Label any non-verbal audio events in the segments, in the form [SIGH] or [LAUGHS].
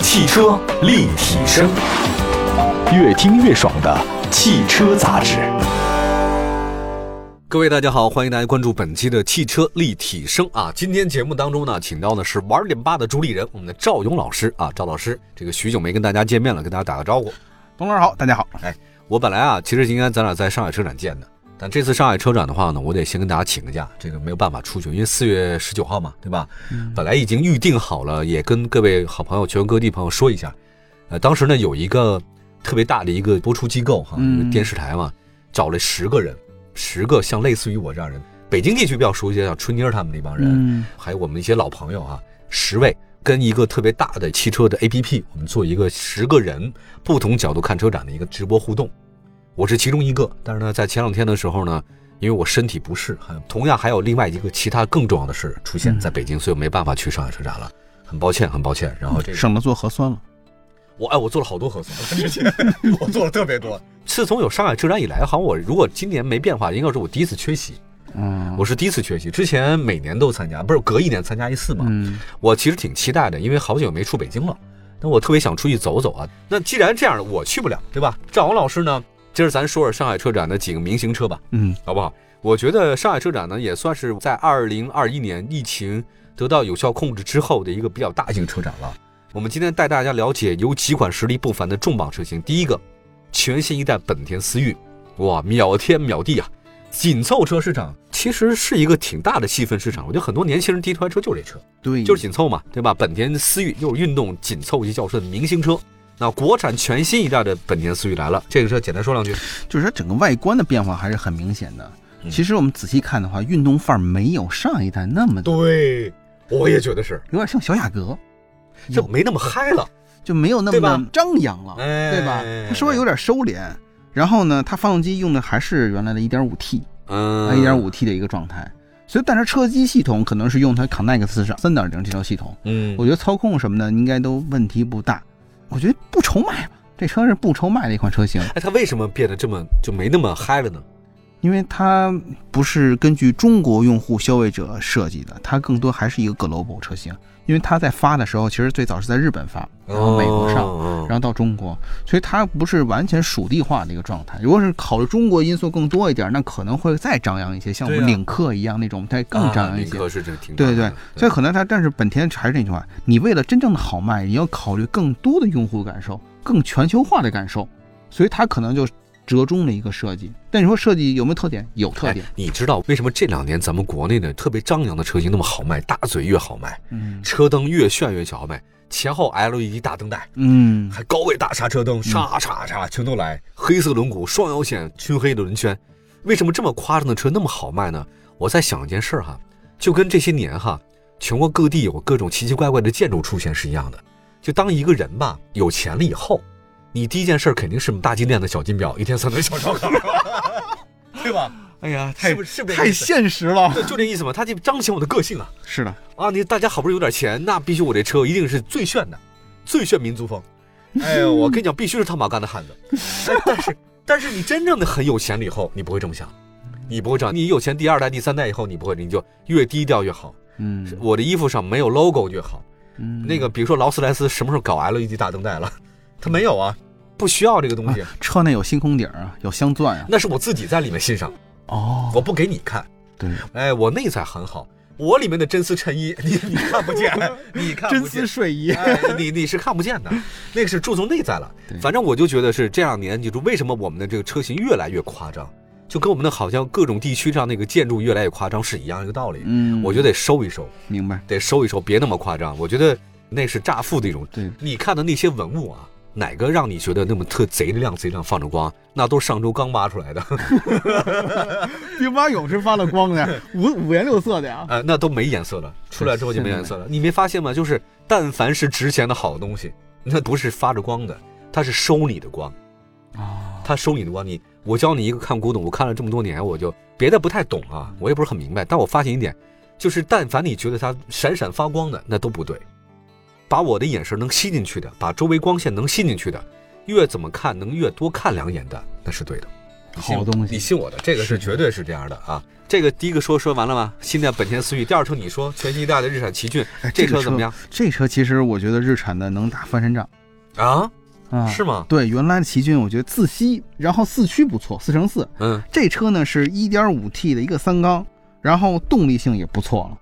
汽车立体声，越听越爽的汽车杂志。各位大家好，欢迎大家关注本期的汽车立体声啊！今天节目当中呢，请到的是玩点八的主理人，我们的赵勇老师啊，赵老师，这个许久没跟大家见面了，跟大家打个招呼。董老师好，大家好。我本来啊，其实应该咱俩在上海车展见的，但这次上海车展的话呢，我得先跟大家请个假，这个没有办法出去，因为四月十九号嘛，对吧？嗯本来已经预定好了，也跟各位好朋友、全国各地朋友说一下。呃，当时呢有一个特别大的一个播出机构哈，嗯一个电视台嘛，找了十个人，十个像类似于我这样人，北京地区比较熟悉的像春妮儿他们那帮人，嗯还有我们一些老朋友啊，十位跟一个特别大的汽车的 APP，我们做一个十个人不同角度看车展的一个直播互动。我是其中一个，但是呢，在前两天的时候呢，因为我身体不适，还同样还有另外一个其他更重要的事出现嗯在北京，所以我没办法去上海车展了，很抱歉，很抱歉。然后哦这个省得做核酸了。我哎，我做了好多核酸， [LAUGHS] 之前我做了特别多。自从有上海车展以来，好像我如果今年没变化，应该是我第一次缺席，嗯我是第一次缺席。之前每年都参加，不是隔一年参加一次嘛？嗯，我其实挺期待的，因为好久没出北京了，那我特别想出去走走啊。那既然这样，我去不了，对吧？赵王老师呢，今儿咱说说上海车展的几个明星车吧，嗯，好不好？我觉得上海车展呢，也算是在二零二一年疫情得到有效控制之后的一个比较大型车展了。我们今天带大家了解有几款实力不凡的重磅车型。第一个，全新一代本田思域，哇，秒天秒地啊！紧凑车市场其实是一个挺大的细分市场，我觉得很多年轻人第一台车就是这车。对，就是紧凑嘛，对吧？本田思域又是运动紧凑级轿车的明星车。那国产全新一代的本田思域来了，这个车简单说两句。就是它整个外观的变化还是很明显的。嗯其实我们仔细看的话，运动范儿没有上一代那么多，对，我也觉得是，有点像小雅阁，这没那么嗨了。就没有那对吧么张扬了，哎对吧？它稍微有点收敛。然后呢，它发动机用的还是原来的 1.5T，嗯一点五 T 的一个状态。所以，但是车机系统可能是用它 Connect 上三点零这套系统，嗯我觉得操控什么的应该都问题不大。我觉得不愁卖吧，这车是不愁卖的一款车型。哎，它为什么变得这么就没那么嗨了呢？因为它不是根据中国用户消费者设计的，它更多还是一个 global 车型。因为它在发的时候，其实最早是在日本发，然后美国上，哦然后到中国，所以它不是完全属地化的一个状态。如果是考虑中国因素更多一点，那可能会再张扬一些，像我对啊们领克一样那种，它更张扬一啊些。领克是这个挺对大对的，所以可能它，但是本田还是那句话，你为了真正的好卖，你要考虑更多的用户感受，更全球化的感受，所以它可能就折中了一个设计。但你说设计有没有特点？有特哎点，你知道为什么这两年咱们国内的特别张扬的车型那么好卖，大嘴越好卖，嗯车灯越炫越好卖，前后 LED 大灯带。嗯，还高位大刹车灯，刹刹刹全都来，黑色轮毂、双腰线、熏黑的轮圈，为什么这么夸张的车那么好卖呢？我在想一件事儿哈，就跟这些年哈，全国各地有各种奇奇怪怪的建筑出现是一样的。就当一个人吧有钱了以后，你第一件事儿肯定是大金链子、小金表，一天三顿小烧烤， [LAUGHS] 对吧？哎呀，是不是是不是这太意思现实了。对，就这意思嘛，他就彰显我的个性啊是的，啊！你大家好不容易有点钱，那必须我这车一定是最炫的，最炫民族风。哎呦，我跟你讲，必须是他妈干的汉子。哎但是，但是你真正的很有钱了以后，你不会这么想，你不会这样。你有钱第二代、第三代以后，你不会，你就越低调越好。嗯，我的衣服上没有 logo 越好。嗯那个，比如说劳斯莱斯什么时候搞 LED 大灯带了？它没有啊，不需要这个东西，车内有星空顶啊，有镶钻啊。那是我自己在里面欣赏，哦，我不给你看。对，哎，我内在很好，我里面的真丝衬衣，你你看不见，你看不见。睡衣哎、你你是看不见的，那个是注重内在了对。反正我就觉得是这两年，就是为什么我们的这个车型越来越夸张，就跟我们的好像各种地区上那个建筑越来越夸张是一样一个道理。嗯，我觉得得收一收，明白。得收一收，别那么夸张。我觉得那是乍富的一种。对，你看的那些文物啊，哪个让你觉得那么特贼亮贼亮放着光？那都是上周刚挖出来的， [LAUGHS] [LAUGHS] 兵马俑是发了光的，五五颜六色的啊。呃，那都没颜色了，出来之后就没颜色了。你没发现吗？就是但凡是值钱的好东西，那不是发着光的，它是收你的光。啊，他收你的光，你我教你一个看古董，我看了这么多年，我就别的不太懂啊，我也不是很明白，但我发现一点，就是但凡你觉得它闪闪发光的，那都不对。把我的眼神能吸进去的，把周围光线能吸进去的，越怎么看能越多看两眼的，那是对的。你信好我东西你信我的，这个是是绝对是这样的啊。这个第一个说说完了吗？新的本田思域，第二车你说全新一代的日产奇骏 [LAUGHS] 哎，这这个车怎么样这车其实我觉得日产的能打翻身仗啊？啊，是吗？对，原来的奇骏我觉得自吸，然后四驱不错，四乘四。嗯，这车呢是 1.5T 的一个三缸，然后动力性也不错了，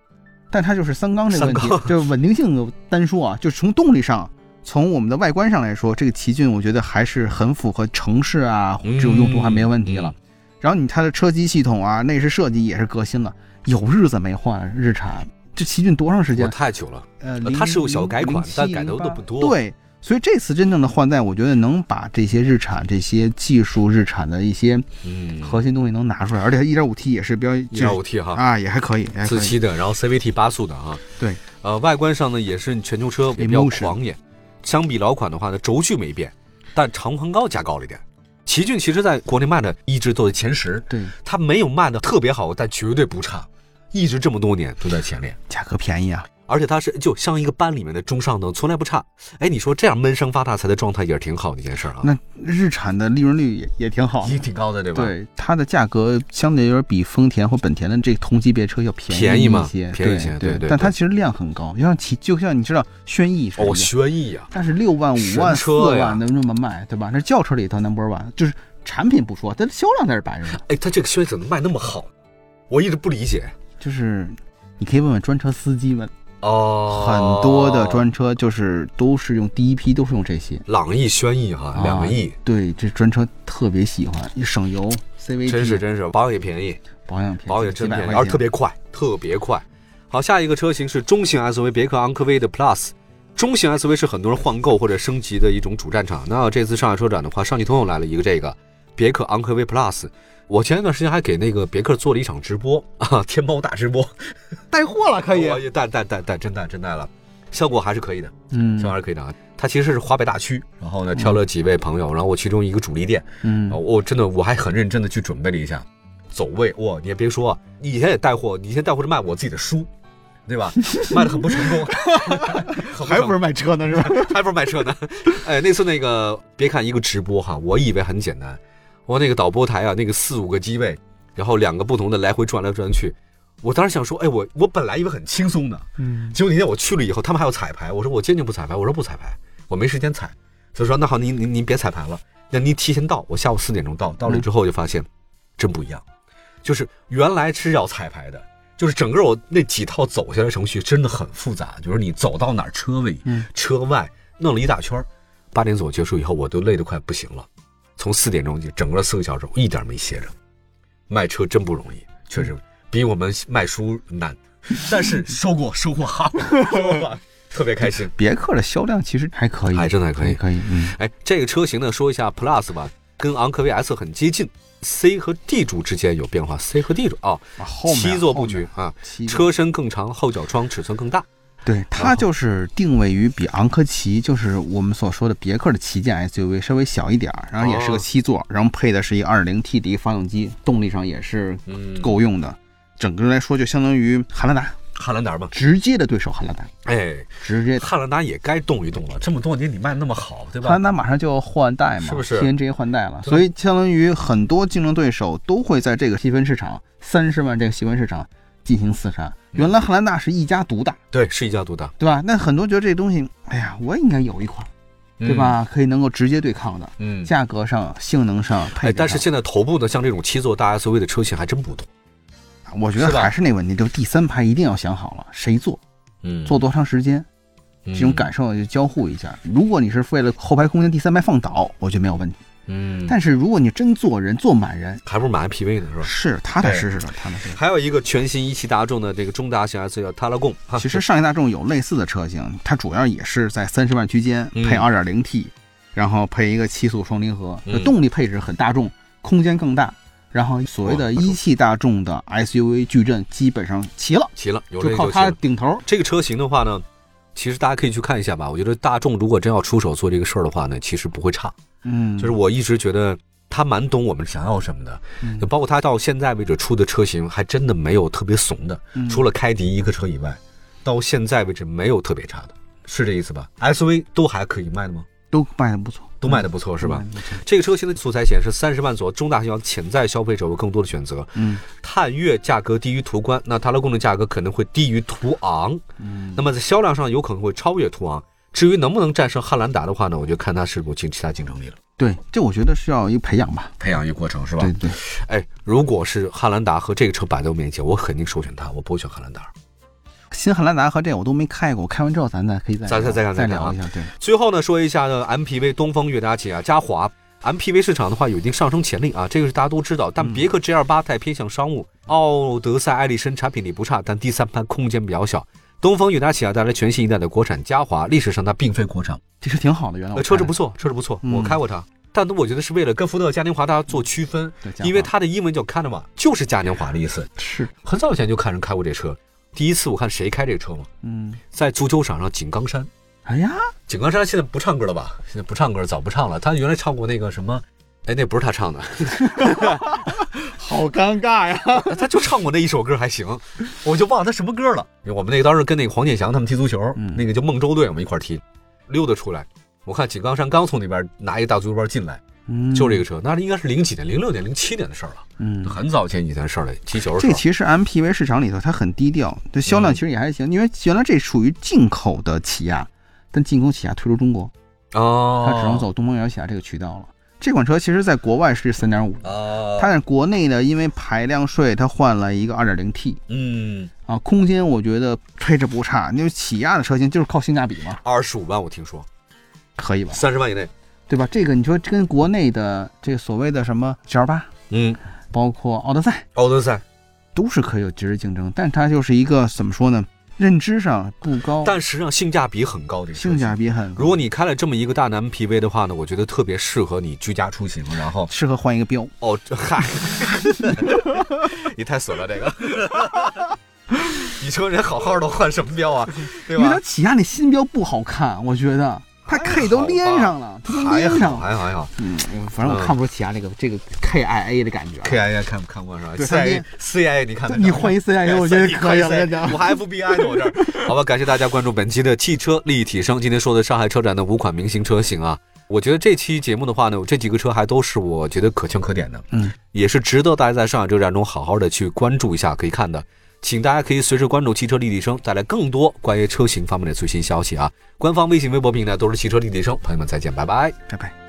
但它就是三缸这个问题三缸，这稳定性单说啊，就是从动力上，从我们的外观上来说，这个奇骏我觉得还是很符合城市啊嗯这种用途还没问题了。嗯然后你它的车机系统啊，内饰设计也是革新了，有日子没换日产。这奇骏多长时我间？太久了，呃呃，它是有小改款07但改得都不08多对，所以这次真正的换代，我觉得能把这些日产、这些技术、日产的一些嗯，核心东西能拿出来，而且它一点五 T 也是比较一点就五是 T 哈，啊，也还可以，也还自可以。吸的，然后 CVT 八速的啊。对，呃，外观上呢也是全球车也比较 Emotion 狂野，相比老款的话呢，轴距没变，但长宽高加高了一点。奇骏其实在国内卖的一直都在前十，对，它没有卖的特别好，但绝对不差，一直这么多年都在前列。价格便宜啊，而且它是就像一个班里面的中上等，从来不差。哎，你说这样闷声发大财的状态也是挺好的一件事儿啊，那日产的利润率也也挺好。也挺高的，对吧？，对它的价格相对有点比丰田或本田的这同级别车要便宜宜嘛一些，便宜一对些对对对但它对其实量很高，就像其就像你知道轩逸是一哦，样，轩逸呀、但是六万、五神万、四车呀万能这么卖，对吧？那轿车里头 number one，就是产品不说，但是销量在这摆着呢。哎，它这个轩逸怎么卖那么好？我一直不理解。就是你可以问问专车司机们，哦，很多的专车就是都是用第一批都是用这些。朗逸、轩逸哈，两个亿啊，对，这专车特别喜欢，一省油，CVT，真是真是保养也便宜，保养便宜，保养也真几百便宜，块而钱且特别快，特别快。好，下一个车型是中型 SUV 别克昂科威的 Plus。中型 SUV 是很多人换购或者升级的一种主战场。那这次上海车展的话，上汽通用来了一个这个别克昂科威 Plus。我前一段时间还给那个别克做了一场直播 [LAUGHS] 啊，天猫大直播，带货了，可 [LAUGHS] 以，我也带带带带真带真带了，效果还是可以的。嗯效果还是可以的啊。它其实是华北大区，嗯然后呢挑了几位朋友，然后我其中一个主力店，嗯啊，，我真的我还很认真的去准备了一下，走位哇，你也别说，你以前也带货，你以前带货是卖我自己的书，对吧？卖的很不成功， [LAUGHS] 很还成不是卖车呢，是吧？还不是卖车呢。哎，那次那个别看一个直播哈，我以为很简单，我那个导播台啊，那个四五个机位，然后两个不同的来回转来转去。我当时想说，哎，我我本来以为很轻松的，嗯，结果那天我去了以后，他们还要彩排，我说我坚决不彩排，我说不彩排，我没时间彩。所以说那好，您您您别彩排了，那您提前到，我下午四点钟到，到了之后就发现、真不一样，就是原来是要彩排的。就是整个我那几套走下来程序真的很复杂，就是你走到哪儿车位、嗯车外，弄了一大圈儿八点左右结束以后，我都累得快不行了。从四点钟就整个四个小时，我一点没歇着。卖车真不容易，确实比我们卖书难，但是收获收获 [LAUGHS] 好，收获好特别开心。别克的销量其实还可以，还真的还可以可以，嗯，哎，这个车型呢，说一下 Plus 吧，跟昂科威 S 很接近，C 和 D 柱之间有变化，C 和 D 柱哦，啊后面七座布局，啊，七座车身更长，后脚窗尺寸更大。对，它就是定位于比昂科旗，就是我们所说的别克的旗舰 SUV 稍微小一点儿，然后也是哦个七座，然后配的是一 2.0T 的一个发动机，动力上也是嗯够用的。整个来说，就相当于汉兰达汉兰达嘛，直接的对手，汉兰达哎，直接的。汉兰达也该动一动了，这么多年你卖得那么好，对汉吧兰？达马上就要换代嘛，是不是 TNGA 换代了，对所以相当于很多竞争对手都会在这个细分市场三十万这个细分市场进行厮杀。原嗯来汉兰达是一家独大，对，是一家独大，对吧？那很多觉得这东西，哎呀，我也应该有一款，嗯对？吧？可以能够直接对抗的，嗯。价格上、性能上、配哎，置上，但是现在头部的像这种七座大 SUV 的车型还真不多。我觉得是吧还是那问题，就是第三排一定要想好了，谁做，嗯，做多长时间，这种感受就交互一下。如果你是为了后排空间，第三排放倒，我觉得没有问题。嗯，嗯，但是如果你真做人，做满人，还不如买 MPV 呢，是吧？是踏踏实实的，踏踏实实。还有一个全新一汽大众的这个中大型 SUV 叫塔拉贡，哈其实上汽大众有类似的车型，它主要也是在三十万区间，嗯配 2.0T，、然后配一个七速双离合，嗯动力配置很大众，空间更大。然后所谓哇大的众一汽大众的 SUV 矩阵基本上齐了， [LAUGHS] 齐了，有这就个靠就齐它了。顶头。这个车型的话呢，其实大家可以去看一下吧。我觉得大众如果真要出手做这个事儿的话呢，其实不会差。嗯，就是我一直觉得他蛮懂我们想要什么的，嗯就包括他到现在为止出的车型，还真的没有特别怂的，嗯除了开迪一个车以外，到现在为止没有特别差的，是这意思吧？SUV 都还可以卖的吗？都卖的不错，都卖的不嗯错是吧卖？得不错？这个车现在素材显示三十万左右，中大型潜在消费者有更多的选择。嗯探岳价格低于途观，那它的功能价格可能会低于途昂，嗯那么在销量上有可能会超越途昂。至于能不能战胜汉兰达的话呢，我就看它是否进其他竞争力了。对，这我觉得是要一个培养吧。培养一个过程是吧对对，哎，如果是汉兰达和这个车摆在我面前，我肯定首选它，我不会选汉兰达。新汉兰达和这我都没开过，我开完之后咱再可以再咱聊再再看再再看啊聊一下。对，最后呢，说一下呢，MPV 东风悦达起啊，嘉华 MPV 市场的话有一定上升潜力啊，这个是大家都知道。嗯但别克 GL 八太偏向商务，奥德赛、艾力绅产品力不差，但第三盘空间比较小。东风悦达啊起亚带来全新一代的国产嘉华，历史上它并非国产，这车挺好的，原来我呃，车看子不错，车子不错，嗯我开过它。但我觉得是为了跟福特嘉年华它做区分，对嘉华因为它的英文叫 Carnival，就是嘉年华的意思。是很早以前就看人开过这车，第一次我看谁开这车嘛，嗯，在足球场上井冈山。哎呀，井冈山现在不唱歌了吧？现在不唱歌了，早不唱了。他原来唱过那个什么，哎，那不是他唱的，好尴尬呀！ [LAUGHS] 他就唱过那一首歌还行，我就忘了他什么歌了。我们那个当时跟那个黄健翔他们踢足球，嗯那个叫孟州队，我们一块儿踢，溜达出来。我看井冈山刚从那边拿一个大足球包进来，就这个，个车，那应该是零几年、零六年、零七年的事儿了，嗯，很早前几年的事儿了， [LAUGHS] 踢球的时这候。其实 MPV 市场里头它很低调，这销量其实也还行，因为原来这属于进口的起亚，但进口起亚退出中国，哦，它只能走东风悦达起亚这个渠道了。这款车其实在国外是三点五，啊，它在国内呢，因为排量税，它换了一个二点零 T 嗯，啊，空间我觉得配置不差，因为起亚的车型就是靠性价比嘛，二十五万我听说，可以吧？三十万以内，对吧？这个你说跟国内的这个所谓的什么 GL 八，嗯，包括奥德赛。奥德赛。都是可以有直接竞争，但它就是一个怎么说呢？认知上不高，但实际上性价比很高的一个车性型价比很高，如果你开了这么一个大的 MPV 的话呢，我觉得特别适合你居家出行。然后适合换一个标。哦，这嗨， [LAUGHS] 你太损了这个。你说人好好的换什么标啊，对因为它吧？起亚那新标不好看，我觉得它 K 都连上了，它都还连好上了。还好还好嗯，反正我嗯看不出起亚这个这个 KIA 的感觉啊。 ，K I A 看看过是吧对？C 三 I D C I 你看得着吗你换一 CIA 我觉得可以了真的我还 FBI 呢，我这 [LAUGHS] 儿。好吧，感谢大家关注本期的汽车立体声。今天说的上海车展的五款明星车型啊，我觉得这期节目的话呢，这几个车还都是我觉得可圈可点的，嗯，也是值得大家在上海车展中好好的去关注一下，可以看的。请大家可以随时关注汽车立体声，带来更多关于车型方面的最新消息啊！官方微信、微博平台都是汽车立体声，朋友们再见，拜拜。拜拜。